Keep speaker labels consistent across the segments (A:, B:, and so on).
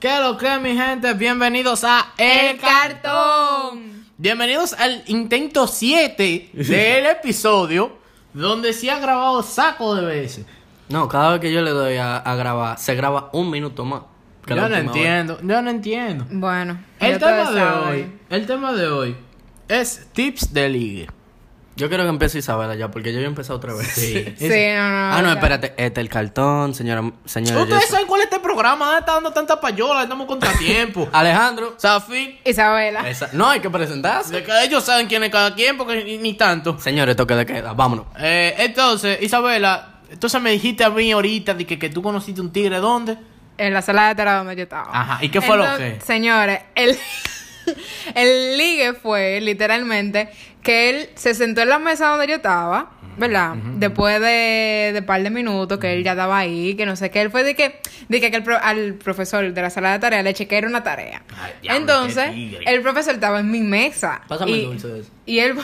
A: Que lo creen mi gente, bienvenidos a
B: El cartón.
A: Bienvenidos al intento 7 del episodio donde se ha grabado saco de veces.
C: No, cada vez que yo le doy a, a grabar, se graba un minuto más. que la
A: Yo no
C: última vez.
A: entiendo, yo no entiendo.
B: Bueno.
A: El
B: ya todos
A: tema de
B: saben.
A: hoy, el tema de hoy es tips de ligue.
C: Yo quiero que empiece Isabela ya, porque yo ya empecé otra vez.
B: Sí, no, no.
C: Ah, no,
B: ya.
C: espérate. Este el cartón, señora. señora
A: Ustedes
C: Jessa.
A: saben cuál es este programa, ah, está dando tanta payola, estamos contra tiempo.
C: Alejandro.
A: Safi,
B: Isabela.
C: Esa- No, hay que presentarse.
A: de que ellos saben quién es cada quien porque ni, ni tanto.
C: Señores, toque de queda. Vámonos.
A: Eh, entonces, Isabela, entonces me dijiste a mí ahorita de que, que tú conociste un tigre, ¿dónde?
B: En la sala de tela donde yo estaba.
A: Ajá, ¿y qué fue lo
B: Entonces,
A: que?
B: Señores, el, el ligue fue literalmente que él se sentó en la mesa donde yo estaba, ¿verdad? Después de, de par de minutos que él ya estaba ahí, que no sé qué. Él fue de que, de que aquel pro- al profesor de la sala de tarea le chequeé una tarea.
A: Ay, Ah, diablo,
B: Entonces,
A: qué tigre.
B: el profesor estaba en mi mesa.
C: Pásame
B: y,
C: el dulce de eso.
B: Y él,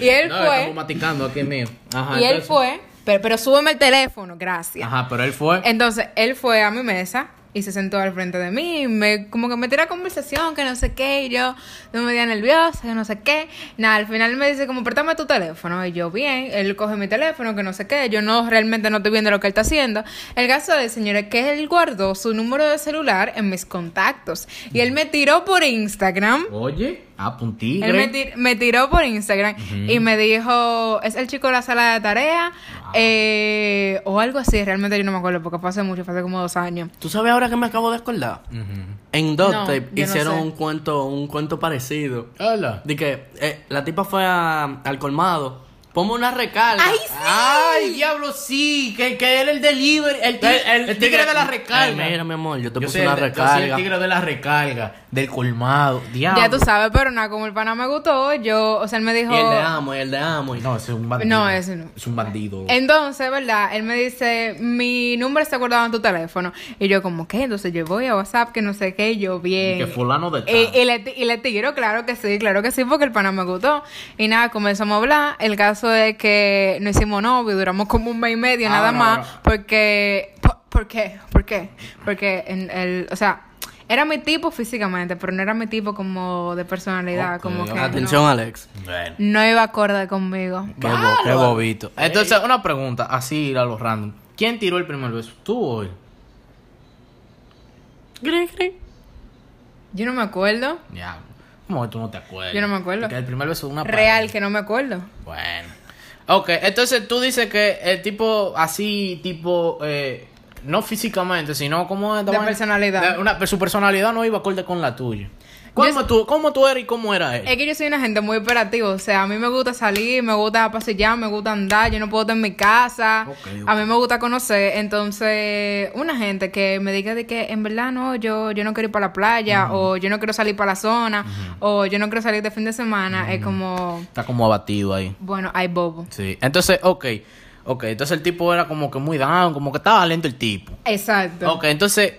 B: y él
A: No,
B: fue.
A: estamos maticando aquí mío. Ajá,
B: y él
A: entonces-
B: fue. Pero, pero súbeme el teléfono, gracias.
A: Ajá, pero él fue.
B: Entonces, él fue a mi mesa y se sentó al frente de mí. y me, como que me tira conversación, que no sé qué. Y yo no me veía nerviosa, que no sé qué. Nada, al final me dice, como, préstame tu teléfono. Y yo, bien. Él coge mi teléfono, que no sé qué. Yo no, realmente no estoy viendo lo que él está haciendo. El caso de, señores, que él guardó su número de celular en mis contactos. Y él me tiró por Instagram.
A: Oye, ah, pues un
B: Él me,
A: tigre.
B: tir- me tiró por Instagram y me dijo, es el chico de la sala de tarea eh, o algo así, realmente yo no me acuerdo porque fue hace mucho, fue hace como dos años.
C: ¿Tú sabes ahora que me acabo de acordar? En
B: No,
C: Doctape
B: yo no
C: hicieron
B: sé.
C: un cuento un cuento parecido.
A: Hola.
C: De que eh, la tipa fue a- al colmado. Ponme una recarga.
B: ¡Ay, sí!
A: Ay, diablo, sí, que, que era el delivery, el, ti- el tigre, de la recarga.
C: Ay, mira, mi amor, yo te
A: Yo
C: puse
A: soy
C: una
A: el- Yo soy el
C: recarga.
A: tigre de la recarga, del colmado, diablo.
B: Ya tú sabes, pero nada, como el pana me gustó, yo, o sea, él me dijo...
C: Y el de amo, y el de amo. y-
A: No, ese es un bandido.
B: No, ese no. Eh,
A: Es un bandido.
B: Entonces, ¿verdad? Él me dice, mi número está guardado en tu teléfono. Y yo como, ¿qué? Entonces yo voy a WhatsApp, que no sé qué, y yo bien.
A: Que fulano de tal.
B: Eh, Y, le, ti- y le tiro, claro que sí, claro que sí, porque el pana me gustó. Y nada, comenzamos a hablar. El caso es que no hicimos novio, duramos como un mes y medio
A: Ah,
B: nada
A: no,
B: más.
A: no.
B: Porque, po- ¿por qué? ¿Por qué? Porque en el, o sea, era mi tipo físicamente, pero no era mi tipo como de personalidad,
A: Ok,
B: como que
C: Atención, Alex.
A: Bueno.
B: No, no iba acorde conmigo.
C: Qué, bo- qué bobito.
A: Entonces, una pregunta, así a lo random. ¿Quién tiró el primer beso? ¿Tú o él?
B: Yo no me acuerdo.
A: Ya. ¿Cómo que tú no te acuerdas?
B: Yo no me acuerdo.
A: Que el primer beso de una
B: Real
A: pareja.
B: que no me acuerdo.
A: Bueno. Ok, entonces tú dices que el tipo así, tipo, eh, no físicamente, sino como...
B: De personalidad.
A: Una, pero su personalidad no iba acorde con la tuya. ¿Cómo,
B: Yo- Eh,
A: tú, ¿Cómo tú eres y cómo era él?
B: Es que yo soy una gente muy operativa, o sea, a mí me gusta salir, me gusta pasear, me gusta andar, yo no puedo estar en mi casa,
A: Ok, ok.
B: a mí me gusta conocer, entonces una gente que me diga de que en verdad no, yo, yo no quiero ir para la playa, o yo no quiero salir para la zona, o yo no quiero salir de fin de semana, es como,
A: Está como abatido ahí.
B: bueno, hay bobo.
A: Sí. Entonces, ok. Ok, entonces el tipo era como que muy down, como que estaba lento el tipo.
B: Exacto.
A: Ok, entonces,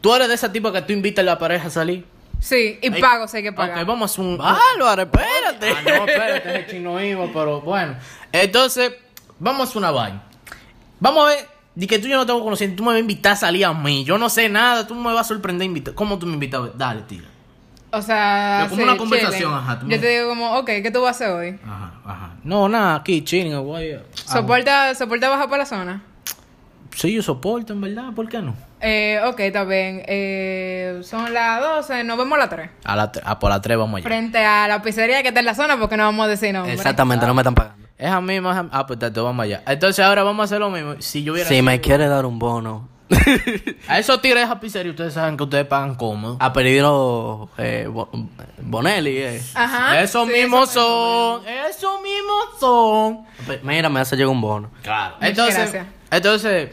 A: tú eres de esa tipa que tú invitas a la pareja a salir.
B: Sí, y
A: Ay,
B: pago, sé que pagar.
A: Ok, vamos a un.
C: Álvaro, espérate.
A: Ah, no, espérate, es chino iba, pero bueno. Entonces, vamos a una vaina. Vamos a ver. Di que tú yo no tengo conociendo, tú me vas a invitar a salir a mí. Yo no sé nada, tú me vas a sorprender invitar. ¿Cómo tú me invitas? Dale, tira.
B: O sea,
A: Pero como una
B: sí,
A: conversación,
B: chilling.
A: ajá, tú me-
B: Yo te digo como, ok, ¿qué tú vas a hacer hoy?
A: Ajá, ajá. No, nada, aquí, chilling, voy a-
B: ¿Soporta, ¿Soporta bajar para la zona?
A: Sí, yo soporto, en verdad, ¿por qué no?
B: Eh, ok, está bien. Eh, son las 12, nos vemos a las 3.
A: A, la tre- ah, por la tres vamos allá.
B: Frente a la pizzería que está en la zona, porque no vamos a decir nombre.
C: Exactamente, no me están pagando.
A: Es a mí más. Ah, pues te vamos allá. Entonces ahora vamos a hacer lo mismo. Si yo hubiera.
C: Si me quiere dar un bono
A: A esos tigres de esa pizzería, ustedes saben que ustedes pagan cómodo.
B: Ah,
C: a pedido eh, Bo- Bonelli, eh.
B: Ajá.
A: Ah, esos
B: sí,
A: mismos
B: eso me-
A: son. Esos mismos son.
C: Pe- Mira, me hace llegar un bono.
A: Claro.
B: Muchas
A: Entonces.
B: gracias.
A: Entonces.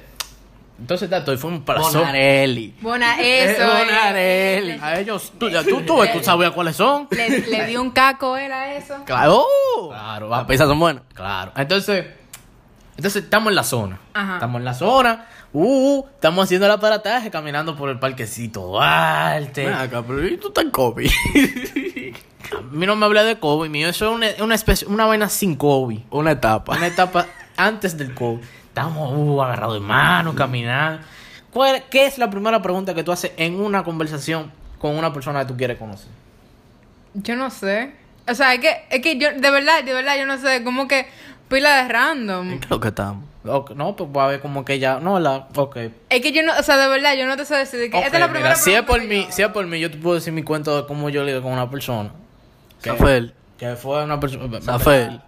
A: Entonces, Tato, y fuimos para la zona.
C: Bonarelli.
B: Bona, eso.
A: Eh,
B: eh.
A: Bonarelli. A ellos. Tú, ya, tú, tú, tú sabías cuáles son.
B: Le, le di un caco, era eso.
A: Claro.
C: Claro,
A: Claro.
C: las pizzas son buenas.
A: Claro. Entonces, entonces estamos en la zona.
B: Ajá.
A: Estamos en la zona. Uh, estamos haciendo el aparataje caminando por el parquecito Duarte.
C: Ven acá, pero ¿y tú estás COVID?
A: A mí no me habla de COVID, mío. Eso es una, una especie, una vaina sin COVID.
C: Una etapa.
A: Una etapa antes del COVID. Estamos uh, agarrados de mano, caminando. ¿Cuál- ¿Qué es la primera pregunta que tú haces en una conversación con una persona que tú quieres conocer?
B: Yo no sé. O sea, es que, es que yo, de verdad, de verdad, yo no sé, como que pila de random.
C: Creo que estamos.
A: Ok, no, pues va a ver como que ya. No, la. Ok.
B: Es que yo no, o sea, de verdad, yo no te sé decir. de que
A: Ok,
B: esta es la
A: mira,
B: primera
A: si es
B: pregunta
A: por
B: que
A: mí,
B: yo
A: si es por mí, yo te puedo decir mi cuento de cómo yo ligo con una persona. Que-
C: Rafael,
A: Que fue una persona.
C: Rafael.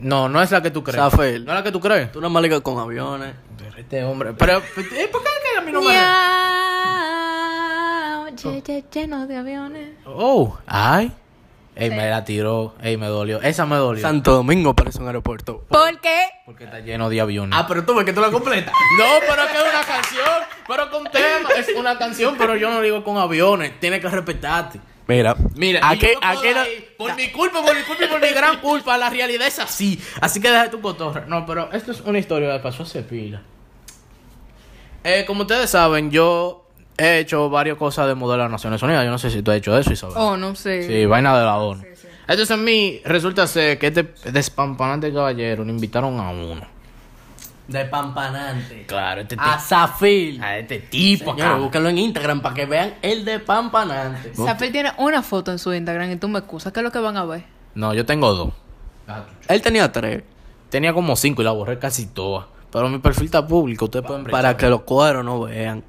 A: No, no es la que tú crees.
C: Rafael.
A: No es la que tú crees.
C: Tú no más ligas con aviones.
A: Pero Este hombre. Pero, ¿eh, ¿por qué es que a mí no me.?
B: Miau, ye- ye- lleno de aviones.
A: Oh, ay. Ey, me la tiró. Ey, me dolió. Esa me dolió.
C: Santo Domingo parece un aeropuerto.
B: ¿Por qué?
A: Porque está lleno de aviones.
C: Ah, pero tú ves que tú la completas.
A: No, pero es que es una canción. Pero con tema. Es una canción, pero yo no digo con aviones. Tienes que respetarte.
C: Mira,
A: Mira, y
C: aquí,
A: yo no puedo
C: aquí no-
A: ahí. por mi culpa, por mi culpa y por mi gran culpa, la realidad es así. Así que deja tu cotorra. No, pero esto es una historia que pasó hace pila. Eh, como ustedes saben, yo he hecho varias cosas de modelo de Naciones Unidas. Yo no sé si tú has hecho eso, Isabel.
B: Oh, no sé.
A: Sí, vaina de la ONU.
B: Sí, sí.
A: Entonces a mí resulta ser que este despampanante caballero le invitaron a uno.
C: De pampanante.
A: Claro, este
C: A Zafil.
A: a este tipo,
C: Señores,
A: cabrón.
C: búsquenlo en Instagram para que vean el de pampanante.
B: Safel tiene una foto en su Instagram y tú me excusas. ¿Qué es lo que van a ver?
A: No, yo tengo dos.
C: Él tenía tres.
A: Tenía como cinco y la borré casi todas. Pero mi perfil está público, ustedes pueden ver.
C: Para que los cuadros no vean.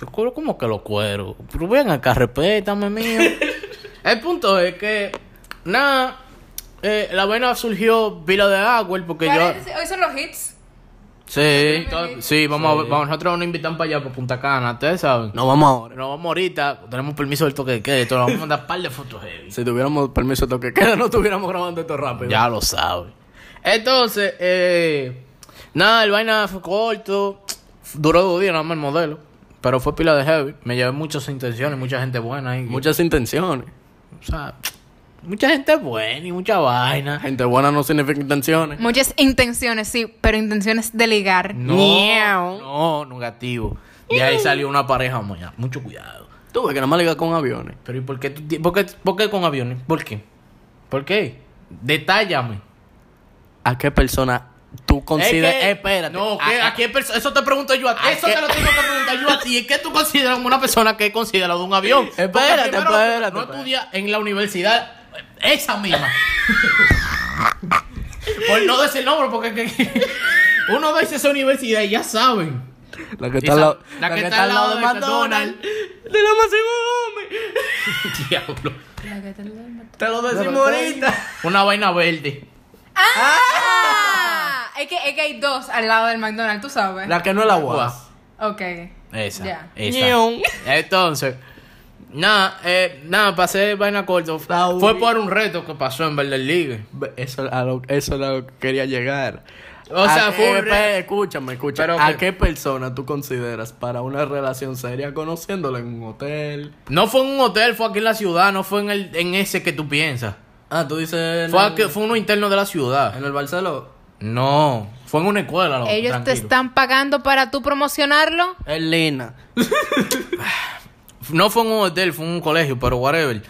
A: Yo cobro como que lo cuero. Pero ven acá, respétame, mío. el punto es que, nada, eh, la vaina surgió vila de agua porque yo...
B: Hoy son los hits.
A: Sí, to- sí, vamos a ver, vamos, nosotros nos invitan para allá, para Punta Cana, ustedes saben.
C: No vamos ahora.
A: Nos vamos ahorita, tenemos permiso del toque de queda, y todo, nos vamos a mandar par de fotos heavy.
C: Si tuviéramos permiso de toque de queda, no estuviéramos grabando esto rápido.
A: Ya lo sabe. Entonces, eh, nada, el vaina fue corto. Duró dos días nada más el modelo. Pero fue pila de heavy. Me llevé muchas intenciones, mucha gente buena ahí.
C: Muchas intenciones.
A: o sea, mucha gente buena y mucha vaina.
C: Gente buena no significa intenciones.
B: Muchas intenciones, sí, pero intenciones de ligar.
A: No,
B: Miau.
A: no, negativo. Y ahí salió una pareja mía. Mucho cuidado.
C: Tú ves que nada más ligas con aviones.
A: Pero ¿y por qué, tú ti- por qué, por qué con aviones? ¿Por qué? ¿Por qué? Detállame.
C: ¿A qué persona tú consideras?
A: Es que-
C: Espérate. Ah,
A: No, ¿qué-
C: ¿A- a-
A: eh, ¿a qué perso- Eso te pregunto yo a ti.
C: ¿A
A: Eso
C: qué-
A: te lo tengo que preguntar yo a ti. ¿Y ¿Qué tú consideras como una persona que es considerada un avión? Porque
C: Espérate,
A: primero,
C: espérate,
A: No
C: espérate.
A: estudia en la universidad esa misma. Por no decir el nombre, porque es que- uno dice esa universidad y ya saben.
C: La que
A: Esa-
C: está al lado,
A: la que está al lado de McDonald's.
C: De la máxima
A: Diablo.
C: Te lo
A: Pues
C: decimos ahorita.
A: Una vaina verde.
B: Ah, es que, es que hay dos al lado del McDonald's, tú sabes.
C: La que no es la UAS.
B: Ok.
A: Esa.
B: Ya.
A: Esa.
C: Ñeon.
A: Entonces, nada, eh, nada, pasé vaina corto.
C: Está
A: Fue
C: bien.
A: por un reto que pasó en Verde Ligue.
C: Eso a lo- eso es a lo que quería llegar.
A: O sea,
C: ¿A
A: fue un
C: qué,
A: re-
C: pe- escúchame, escúchame.
A: Pero
C: ¿A
A: que-
C: qué persona tú consideras para una relación seria conociéndola en un hotel?
A: No fue en un hotel, fue aquí en la ciudad, no fue en el en ese que tú piensas.
C: Ah, tú dices en,
A: Fue,
C: el,
A: aquí- fue uno interno de la ciudad.
C: en el Barceló.
A: No, fue en una escuela. loco,
B: Ellos te
A: tranquilo.
B: están pagando para tú promocionarlo.
C: En Lina.
A: No fue en un hotel, fue en un colegio, pero whatever.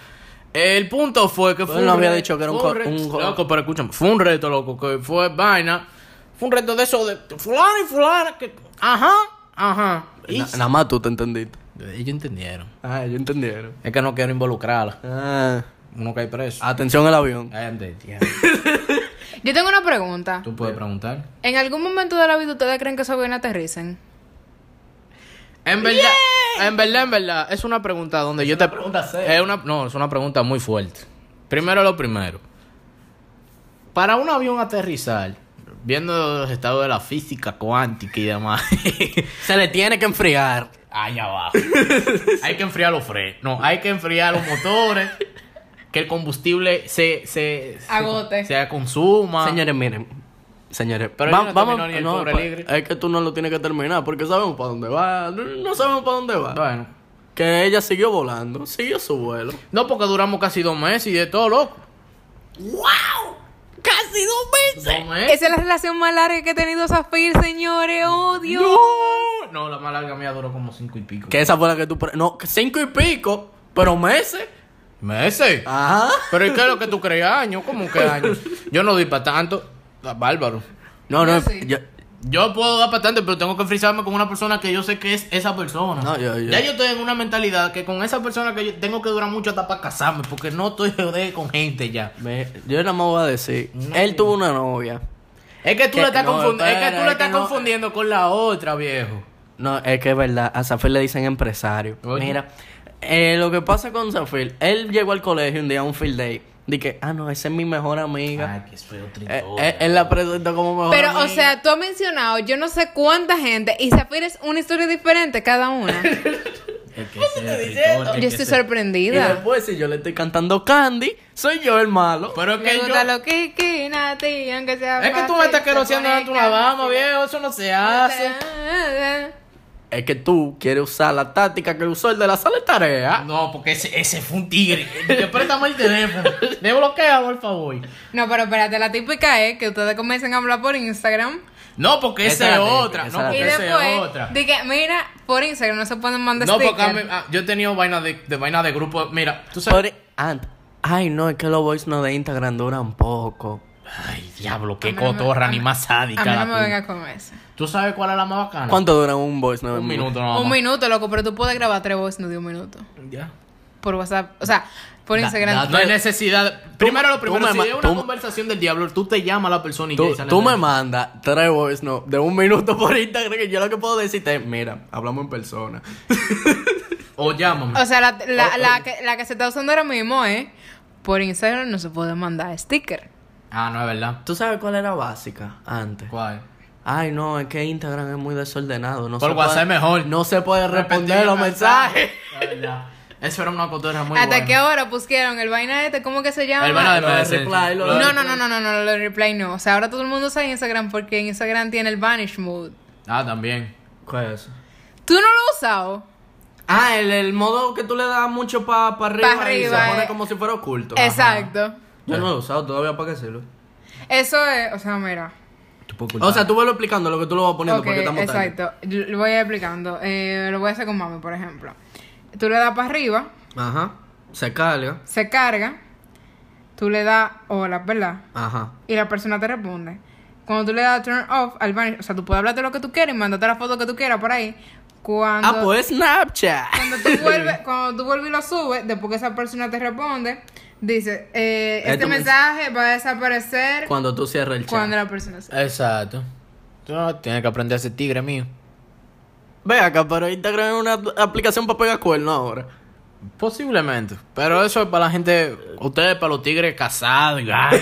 A: El punto fue que fue.
C: Él
A: un
C: no había
A: re-
C: dicho que era un
A: fue
C: co-
A: re-
C: un co-
A: Loco, pero escúchame, fue un reto, loco, que fue vaina. Fue un reto de eso de fulana y fulana. Que... Ajá, ajá. Y-
C: Na- Nada más tú te entendiste.
A: Ellos entendieron.
C: Ah, yo entendieron.
A: Es que no quiero involucrarla.
C: Ah,
A: Uno cae preso.
C: atención al avión.
A: Ay, ande, tía.
B: Yo tengo una pregunta.
A: Tú puedes preguntar.
B: ¿En algún momento de la vida ustedes creen que esos aviones aterricen?
A: ¿Eh? En verdad, en verdad, en verdad, es una pregunta donde yo te
C: pregunta seria.
A: es una no, es una pregunta muy fuerte. Primero lo primero. Para un avión aterrizar, viendo los estados de la física cuántica y demás,
C: Se le tiene que enfriar.
A: allá abajo. hay que enfriar los frenos, no, hay que enfriar los motores, que el combustible se se se-
B: Agote.
A: se consuma.
C: Señores, miren. Ah. Señores,
A: Pero
C: va-
A: yo no
C: vamos.
A: termino ni el
C: no,
A: pobre
C: pa-
A: ligre.
C: es que tú no lo tienes que terminar porque sabemos para dónde va. No, no sabemos para dónde va.
A: Bueno,
C: Que ella siguió volando, siguió su vuelo.
A: no porque duramos casi dos meses y de todo loco.
C: ¡Casi dos meses!
A: Dos meses.
B: Esa es la relación más larga que he tenido Zafir, señores. Oh, Dios.
A: No, la más larga mía duró como cinco y pico.
C: Que esa fue la que tú. pre- No, que cinco y pico, pero meses.
A: Meses.
C: Ajá.
A: Pero ¿y qué es lo que tú crees? ¿Años? ¿Cómo que años? Yo no doy para tanto. Ah, Bárbaro.
C: No,
B: Yo
C: no,
B: sí.
C: yo,
A: Yo puedo dar patente, pero tengo que frisarme con una persona que yo sé que es esa persona.
C: No, yo- yo-
A: Ya yo estoy en una mentalidad que con esa persona que yo tengo que durar mucho hasta para casarme, porque no estoy de con gente ya.
C: Me- yo nada más voy a decir. Él tuvo una novia.
A: Es que tú
C: Que-
A: la estás,
C: no,
A: confundi- es que
C: espera,
A: tú la
C: es
A: estás
C: que no-
A: confundiendo con la otra, viejo.
C: No, es que es verdad. A Zafir le dicen empresario.
A: Oye.
C: Mira, eh, lo que pasa con Zafir, él llegó al colegio un día, un field day. Dije, ah, no, esa es mi mejor amiga.
A: que es feo,
C: Eh, eh, él la presentó como mejor
B: Pero,
C: amiga.
B: o sea, tú has mencionado yo no sé cuánta gente y Zafir es una historia diferente cada una. yo estoy
C: Y
B: sorprendida.
C: después, si yo le estoy cantando Candy, soy yo el malo.
A: Pero es
B: Me
A: que yo...
B: gusta lo kiki, nati, aunque sea
A: Es que tú me
B: fácil,
A: estás
B: se
A: queroseando
B: pone
A: delante de una
B: casi
A: dama,
B: bien.
A: viejo. Eso no se hace.
C: Es que tú quieres usar la táctica que usó el de la sala de tarea.
A: No, porque ese, ese fue un tigre. Yo préstame el teléfono. Desbloquea, por favor.
B: No, pero espérate, la típica es que ustedes comiencen a hablar por Instagram
A: No, porque esa
C: Esa
A: es
C: la típica,
A: otra.
C: esa
A: No,
C: la
A: porque
B: y
A: esa Ah, es
B: después
A: otra.
B: de que, mira, por Instagram no se pueden mandar
A: No, porque a
B: stickers.
A: mí- ah, yo he tenido vaina de, de vaina de grupo. Mira, tú sabes.
C: Por- and- Ay, no, es que los voice no de Instagram duran poco.
A: Ay, diablo,
B: A
A: qué
B: mí no me-
A: cotorra,
B: a
A: ni
B: mí-
A: más sádica.
B: A mí
A: la
B: no me
A: tuya.
B: venga con eso.
A: ¿Tú sabes cuál es la más bacana?
C: ¿Cuánto dura un voice no
A: Un minuto, no.
B: Un minuto, loco, pero tú puedes grabar tres voces no de un minuto.
A: Ya.
B: Por WhatsApp, o sea, por
C: Da-
B: Instagram.
C: da-
A: No hay necesidad. Primero lo
C: tú
A: primero,
C: me
A: si
C: ma-
A: es una
C: tú-
A: conversación del diablo, tú te llamas a la persona y ya
C: Tú,
A: esa
C: tú me
A: necesidad.
C: mandas tres voice no de un minuto por Instagram que yo lo que puedo decirte es, mira, hablamos en persona.
A: O llámame.
B: O sea, la, la, la que, la que se está usando ahora mismo es por Instagram no se puede mandar sticker.
A: Ah, no, es verdad.
C: ¿Tú sabes cuál era básica antes?
A: ¿Cuál?
C: Ay, no, es que Instagram es muy desordenado. No
A: Por
C: se puede-
A: WhatsApp mejor.
C: No se puede responder
A: Repetir
C: los
A: el mensaje.
C: mensajes.
A: Es verdad. Eso era una cotorra muy
B: ¿Hasta
A: buena.
B: qué hora pusieron el vaina este? ¿Cómo que se llama?
A: El vaina de
C: Lo de
A: merecer.
C: reply, lo de-
B: No, no, no, no, no, no, lo de replay no. O sea, ahora todo el mundo usa Instagram porque Instagram tiene el vanish mode.
A: Ah, también.
C: ¿Cuál es eso?
B: ¿Tú no lo has usado?
C: Ah, el, el modo que tú le das mucho para arriba,
B: Pa' arriba,
C: y se pone
B: eh.
C: como si fuera oculto.
B: Exacto.
C: Yo no lo he usado todavía para qué hacerlo.
B: Eso es, o sea, mira.
C: O sea, tú velo explicando lo que tú lo vas poniendo
B: Ok,
C: porque estamos tarde.
B: exacto. Yo Lo voy a ir explicando. Eh, lo voy a hacer con mami, por ejemplo. Tú le das para arriba,
C: Ajá. Se carga.
B: se carga, tú le das hola, ¿verdad?
C: Ajá.
B: y la persona te responde. Cuando tú le das turn off al vanish, o sea, tú puedes hablarte lo que tú quieras y mandarte la foto que tú quieras por ahí. Cuando,
C: Ah, pues Snapchat.
B: cuando tú vuelves, cuando tú vuelves y lo subes, después que esa persona te responde, dice, eh,
C: Eh,
B: este
C: tú me-
B: mensaje va a desaparecer cuando,
C: Cuando tú cierras el chat.
B: la persona se...
A: Exacto. Tú no tienes que aprender a ser tigre mío.
C: Ve acá, pero Instagram es una apl- aplicación para pegar cuerno ahora.
A: Posiblemente. Pero eso es para la gente. Ustedes para los tigres casados. y- ay,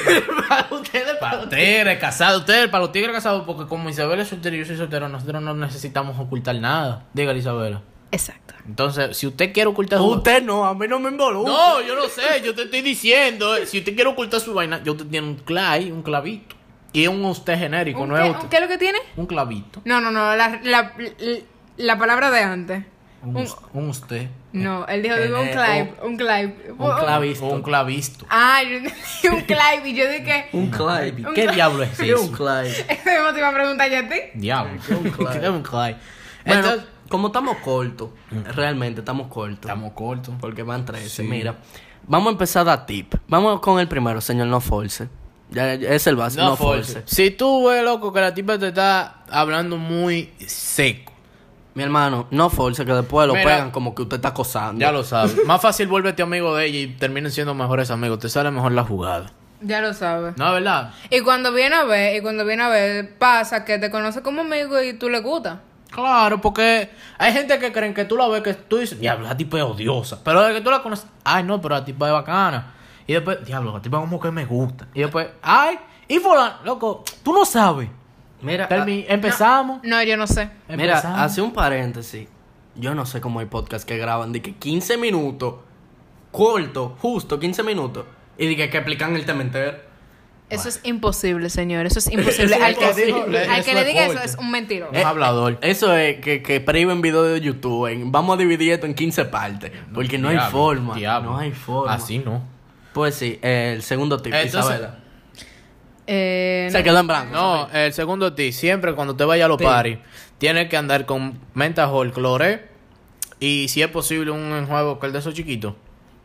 C: para ustedes,
A: Ah. para los tigres casados. Ustedes para los tigres casados. Porque como Isabel es soltera y yo soy soltero, nosotros no necesitamos ocultar nada. Dígale, Isabela.
B: Exacto.
A: Entonces, si usted quiere ocultar su-
C: Usted no, a mí no me involucra.
A: No, yo no sé, yo te estoy diciendo. eh, Si usted quiere ocultar su vaina, yo te tiene un clay, un clavito. Y es un usted genérico,
B: ¿Un
A: no
B: qué,
A: es
B: un
A: usted.
B: qué es lo que tiene?
A: Un clavito.
B: No, no, no, la, la, la, palabra de antes.
A: Un, us- un usted.
B: No, él dijo,
C: Eh,
B: digo, un
C: eh,
B: clive, un clive.
C: un clavisto.
A: O un clavisto.
B: Ah, yo entendí, un clive y yo dije,
C: Un Clive.
A: ¿Qué diablo es
C: Sí, un
A: eso?
C: Clive.
B: eso mismo te iba a preguntar yo a ti.
A: Diablo.
C: ¿Qué es un clay?
A: ¿Qué es un clay?
C: Bueno,
A: Entonces,
C: como estamos cortos, realmente estamos cortos.
A: estamos cortos.
C: Porque van 13.
A: Sí.
C: Mira, vamos a empezar a tip. Vamos con el primero, señor, no force. Ya, ya, es el básico, no, force.
A: Si tú ves, loco, que la tipa te está hablando muy seco.
C: Mi hermano, no force, que después lo
A: Mira.
C: pegan como que usted está acosando.
A: Ya lo sabes. Más fácil vuélvete amigo de ella y terminen siendo mejores amigos. Te sale mejor la jugada.
B: Ya lo sabes.
A: No, ¿verdad?
B: Y cuando viene a ver, y cuando viene a ver, pasa que te conoce como amigo y tú le gustas.
A: Claro, porque hay gente que creen que tú la ves que tú dices, diablo, la tipa es odiosa. Pero de que tú la conoces, ay, no, pero la tipa es bacana. Y después, diablo, la tipa como que me gusta. Y después, ay, y fulano, loco, tú no sabes.
C: Mira, a-
A: Termi- empezamos.
B: No, yo no sé.
C: Mira,
A: empezamos.
C: hace un paréntesis. Yo no sé cómo hay podcasts que graban de que 15 minutos, corto, justo 15 minutos, y de que, que explican el tema entero.
B: Eso es imposible, señor. Eso es imposible.
C: Eso es
B: al que,
C: imposible.
B: al que
A: Eso
B: le
A: es Eh,
B: diga
A: corto.
B: eso es un mentiroso.
A: Un hablador.
C: Eso es que, que priven video de YouTube. en- vamos a dividir esto en 15 partes. Porque no hay
A: Diablo,
C: forma.
A: diablo.
C: No hay forma.
A: Así no.
C: Pues sí, el segundo tip,
A: Entonces-
C: Isabela.
B: Eh,
C: Se quedó en blanco.
A: No, el segundo ti, siempre cuando te vayas a los
C: Sí.
A: paris, tienes que andar con mentajol, cloré y si es posible un enjuague que el de esos chiquitos.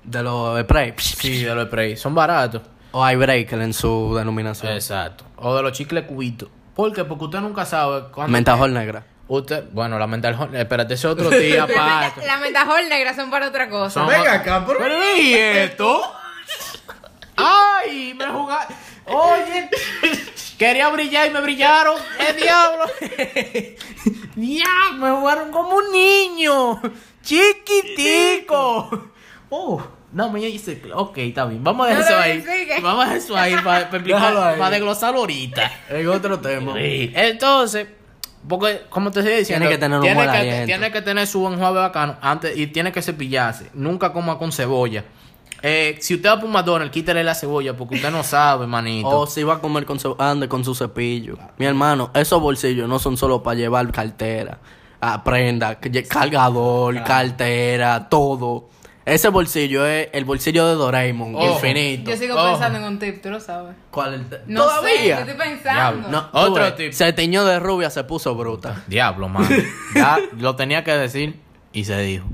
C: De los spray.
A: Sí, de los spray. Son baratos.
C: O hay breaker en su denominación.
A: Exacto. O de los chicles cubitos. ¿Por qué? Porque usted nunca sabe cuándo.
C: Mentajol negra.
A: Usted, bueno, la mental. hol- Espérate, ese otro día, aparte.
B: Las metajol negras son para otra cosa.
A: Son-
D: Venga acá, por
A: Pero ¿y esto? ¡Ay! Me jugaron. Oye, quería brillar y me brillaron. ¡El diablo! ¡Ya! Me jugaron como un niño. Chiquitico. Oh, no, me dice. Ok, está bien. Vamos a dejar
B: No lo
A: eso ahí.
B: explique.
A: Vamos a dejar eso ahí para
C: Déjalo ahí.
A: para desglosarlo ahorita.
C: En otro tema.
A: Sí. Entonces, porque, como te estoy diciendo,
C: Tiene que tener un
A: tiene
C: buen
A: que-
C: aliento.
A: tiene que tener su enjuague bacano antes y tiene que cepillarse. Nunca coma con cebolla. Eh, si usted va por un McDonald's, quítale la cebolla porque usted no sabe, manito.
C: O si va a comer con su, ande con su cepillo. Mi hermano, esos bolsillos no son solo para llevar cartera, ah, prenda, que lle- cargador, cartera, todo. Ese bolsillo es el bolsillo de Doraemon,
A: Ojo.
C: infinito.
B: Yo sigo
A: Ojo.
B: pensando en un tip, tú lo sabes.
C: ¿Cuál es el te-
B: No sé,
C: ¿Todavía?
B: yo estoy pensando.
A: Diablo.
C: No,
A: Otro
C: tú ves,
A: tip.
C: Se teñó de rubia, se puso bruta.
A: Diablo, mano. ya lo tenía que decir y se dijo.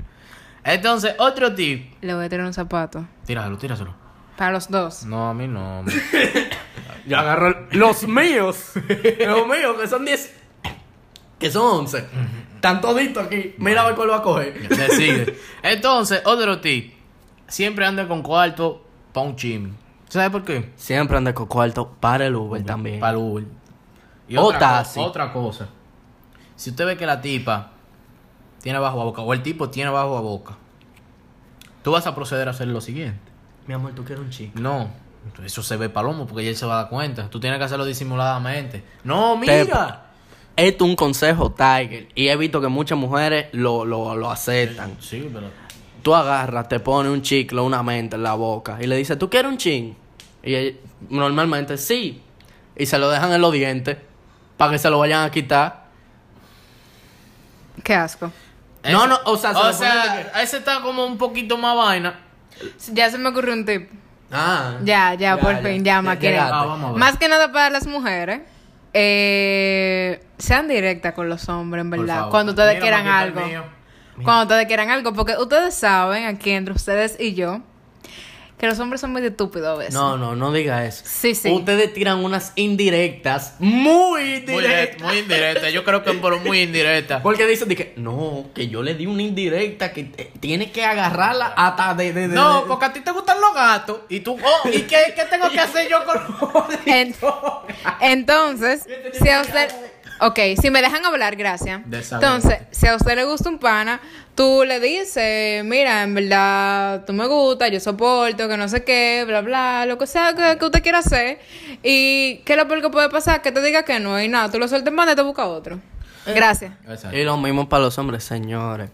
A: Entonces, otro tip.
B: Le voy a tirar un zapato.
A: Tíraselo, tíraselo.
B: Para los dos.
A: No, a mí no.
C: Yo agarro los míos. los míos, que son 10. Que son 11. Están toditos aquí. Mira a ver cuál va a coger.
A: Decide. Entonces, otro tip. Siempre ande con cuarto para un chimi. ¿Sabes por qué?
C: Siempre anda con cuarto para el Uber también.
A: Para el Uber. Y
C: O
A: otra,
C: taxi.
A: co- otra cosa. Si usted ve que la tipa tiene bajo a boca o el tipo tiene bajo a boca, tú vas a proceder a hacer lo siguiente.
C: Mi amor, tú quieres un chico.
A: No, eso se ve palomo porque él se va a dar cuenta. Tú tienes que hacerlo disimuladamente. No,
C: Te-
A: mira.
C: Esto es un consejo, Tiger. Y he visto que muchas mujeres lo, lo, lo aceptan.
A: Sí, pero.
C: Tú agarras, te pones un chicle, una menta en la boca. Y le dices, ¿tú quieres un chin? Y ella- normalmente, sí. Y se lo dejan en los dientes. Para que se lo vayan a quitar.
B: Qué asco.
C: No, no, o sea, se
A: o
C: lo
A: sea ese está como un poquito más vaina.
B: Ya se me ocurrió un tip.
C: Ah.
B: Ya, ya, por fin, ya, Maquere.
C: llegaste.
A: Ah, vamos a ver.
B: Más que nada para las mujeres. eh, sean directas con los hombres, en
A: Por
B: verdad.
A: favor.
B: Cuando ustedes
A: Mira,
B: quieran
A: Maquita, el
B: algo.
A: mío.
B: Cuando ustedes quieran algo. Porque ustedes saben, aquí entre ustedes y yo, que los hombres son muy estúpidos a veces.
C: No, no, no diga eso.
B: Sí, sí.
C: Ustedes tiran unas indirectas muy
A: Muy, directa,
C: directas.
A: muy indirecta. Yo creo que pero muy indirecta.
C: Porque dicen de que no, que yo le di una indirecta que eh, tiene que agarrarla hasta de. de- de-
A: No,
C: de-
A: porque a ti te gustan los gatos y tú, oh, ¿y qué, qué tengo que hacer yo con
B: En- entonces, si a usted. Ok, si me dejan hablar, gracias.
A: Desahógate.
B: Entonces, si a usted le gusta un pana, tú le dices, mira, en verdad, tú me gusta, yo soporto, que no sé qué, bla, bla, lo que sea que, que usted quiera hacer. Y que lo peor que puede pasar, es que te diga que no y nada, tú lo sueltas en banda y te busca otro. Gracias.
A: Exacto.
C: Y lo mismo para los hombres, señores.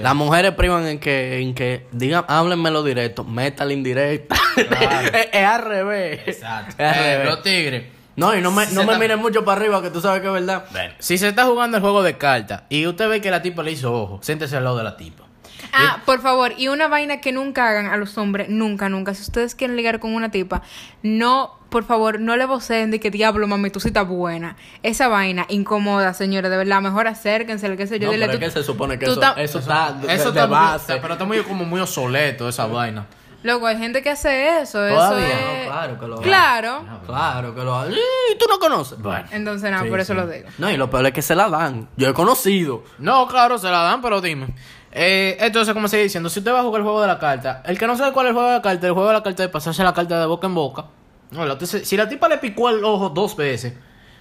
C: Las mujeres privan en que, en que digan, háblenmelo directo, meta la indirecta. es, es al revés. Es al
A: Eh,
C: revés.
A: los tigres.
C: No, y no me,
A: Sí,
C: no
A: se
C: me
A: está-
C: miren mucho para arriba, que tú sabes que es verdad.
A: Si se está jugando el juego de cartas y usted ve que la tipa le hizo ojo, siéntese al lado de la tipa.
B: Ah, por favor, y una vaina que nunca hagan a los hombres, nunca, nunca. Si ustedes quieren ligar con una tipa, no, por favor, no le voceen de que diablo, mami, tú sí estás buena. Esa vaina incomoda, señores, de verdad. Mejor acérquense, qué sé yo.
C: No,
B: dile,
C: pero es
B: tú-
C: que se supone que
B: tú
C: eso,
B: ta-
C: eso está de,
A: Eso
C: de
A: está, muy-
C: base.
A: pero está muy como muy obsoleto esa vaina.
B: Loco, hay gente que hace eso.
C: Todavía,
B: eso es...
C: no, claro que lo hace.
B: Claro.
C: Claro que lo. ¡Y tú no conoces!
A: Bueno.
B: Entonces, nada, por eso lo digo.
C: No, y lo peor es que se la dan. Yo he conocido.
A: No, claro, se la dan, pero dime. Eh, entonces, como estoy diciendo, si usted va a jugar el juego de la carta, el que no sabe cuál es el juego de la carta, el juego de la carta es pasarse la carta de boca en boca. No, la- entonces, si la tipa le picó el ojo dos veces,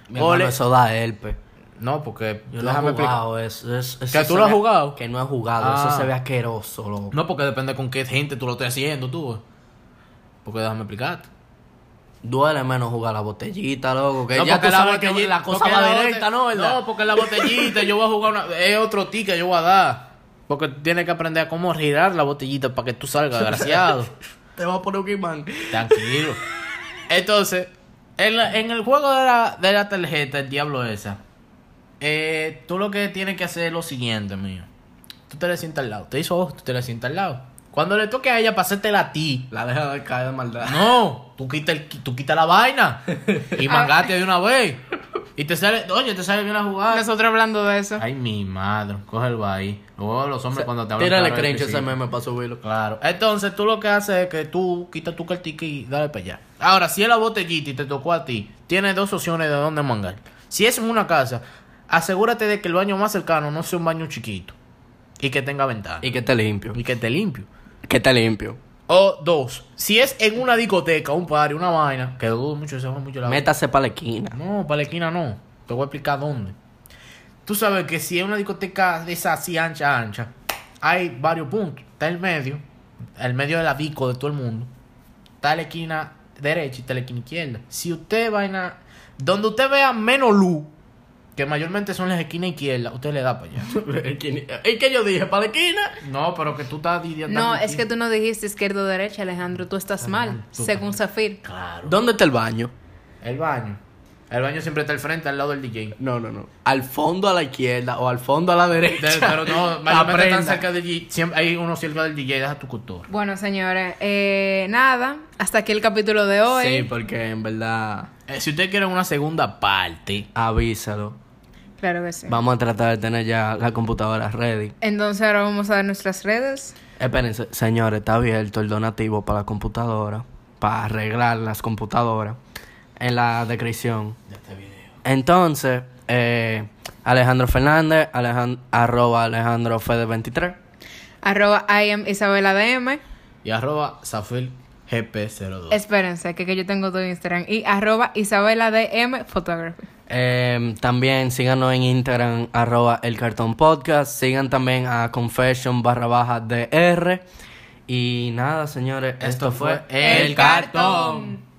C: Mi
A: o
C: hermano,
A: le-
C: eso da herpes.
A: no, porque
C: Yo no he jugado eso. es- eso
A: ¿Que tú
C: se
A: lo has
C: ve-
A: jugado?
C: Que no he jugado.
A: Ah.
C: Eso se ve asqueroso, loco.
A: No, porque depende con qué gente tú lo estés haciendo, tú. Porque déjame explicarte.
C: Duele menos jugar la botellita, loco. Que
A: No,
C: ya
A: porque
C: tú sabes que
A: botellita-
C: la cosa
A: porque
C: va
A: la bote-
C: directa, ¿no? ¿Verdad?
A: No, porque la botellita yo voy a jugar una, es otro ticket yo voy a dar. Porque tienes que aprender a cómo girar la botellita para que tú salgas desgraciado.
C: Te va a poner un imán.
A: Tranquilo. Entonces, en, la- en el juego de la, de la tarjeta, el diablo esa, eh, tú lo que tienes que hacer es lo siguiente, mío. Tú te le sientas al lado. Te hizo ojo, tú te le sientas al lado. Cuando le toque a ella, pasártela a ti.
C: La deja de caer de maldad.
A: No, tú quita, el, tú quita la vaina y
B: Ah.
A: mangate de una vez. Y te sale, oye, te sale bien la jugada.
B: Nosotros hablando de eso.
A: Ay, mi madre, cógelo ahí. Luego los hombres cuando te hablan.
C: Tírale
A: claro, es
C: cringe
A: que
C: a
A: sí.
C: ese meme para subirlo.
A: Claro. Entonces tú lo que haces es que tú quitas tu cartica y dale para allá. Ahora, si es la botellita y te tocó a ti, tienes dos opciones de dónde mangar. Si es en una casa, asegúrate de que el baño más cercano no sea un baño chiquito y que tenga ventana
C: Y que esté limpio.
A: y que esté limpio.
C: Que esté limpio.
A: O dos, si es en una discoteca, un party, una vaina, que dudo mucho, se va mucho la
C: Métase para la esquina.
A: No, para la esquina no. Te voy a explicar dónde. Tú sabes que si es una discoteca de esa así ancha, ancha, hay varios puntos. Está el medio, el medio de la disco de todo el mundo. Está la esquina derecha y está la esquina izquierda. Si usted va en la- Donde usted vea menos luz, que mayormente son las esquinas izquierdas, usted le da para allá.
C: ¿Y qué yo dije? ¿Para la esquina?
A: No, pero que tú estás diciendo...
B: No, es que tú no dijiste izquierdo o derecha, Alejandro. Tú estás mal,
A: tú-
B: según Zafir.
A: Claro.
C: ¿Dónde está el baño?
A: El baño. El baño siempre está al frente, al lado del DJ.
C: No, no, no. Al fondo a la izquierda o al fondo a la derecha.
A: De- pero no, mayormente
C: Aprenda.
A: están cerca del DJ. Siempre hay uno cerca del DJ, deja tu cotor.
B: Bueno, señores, eh, nada. Hasta aquí el capítulo de hoy.
C: Sí, porque en verdad,
A: Eh, si ustedes quieren una segunda parte,
C: avísalo.
B: Claro que sí.
C: Vamos a tratar de tener ya la computadora ready.
B: Entonces ahora vamos a dar nuestras redes.
C: Espérense, señores, está abierto el donativo para la computadora, para arreglar las computadoras, en la descripción. Entonces, eh, Alejandro Fernández, Alejan- arroba Alejandro Fede 23.
B: Arroba I am Isabela DM.
A: y arroba Zafir GP02.
B: Espérense, que, que yo tengo tu Instagram. Y arroba Isabela DM Photography.
C: Eh, también síganos en Instagram, arroba el cartón podcast. Sigan también a confession barra baja DR. Y nada, señores, esto fue
A: El Cartón.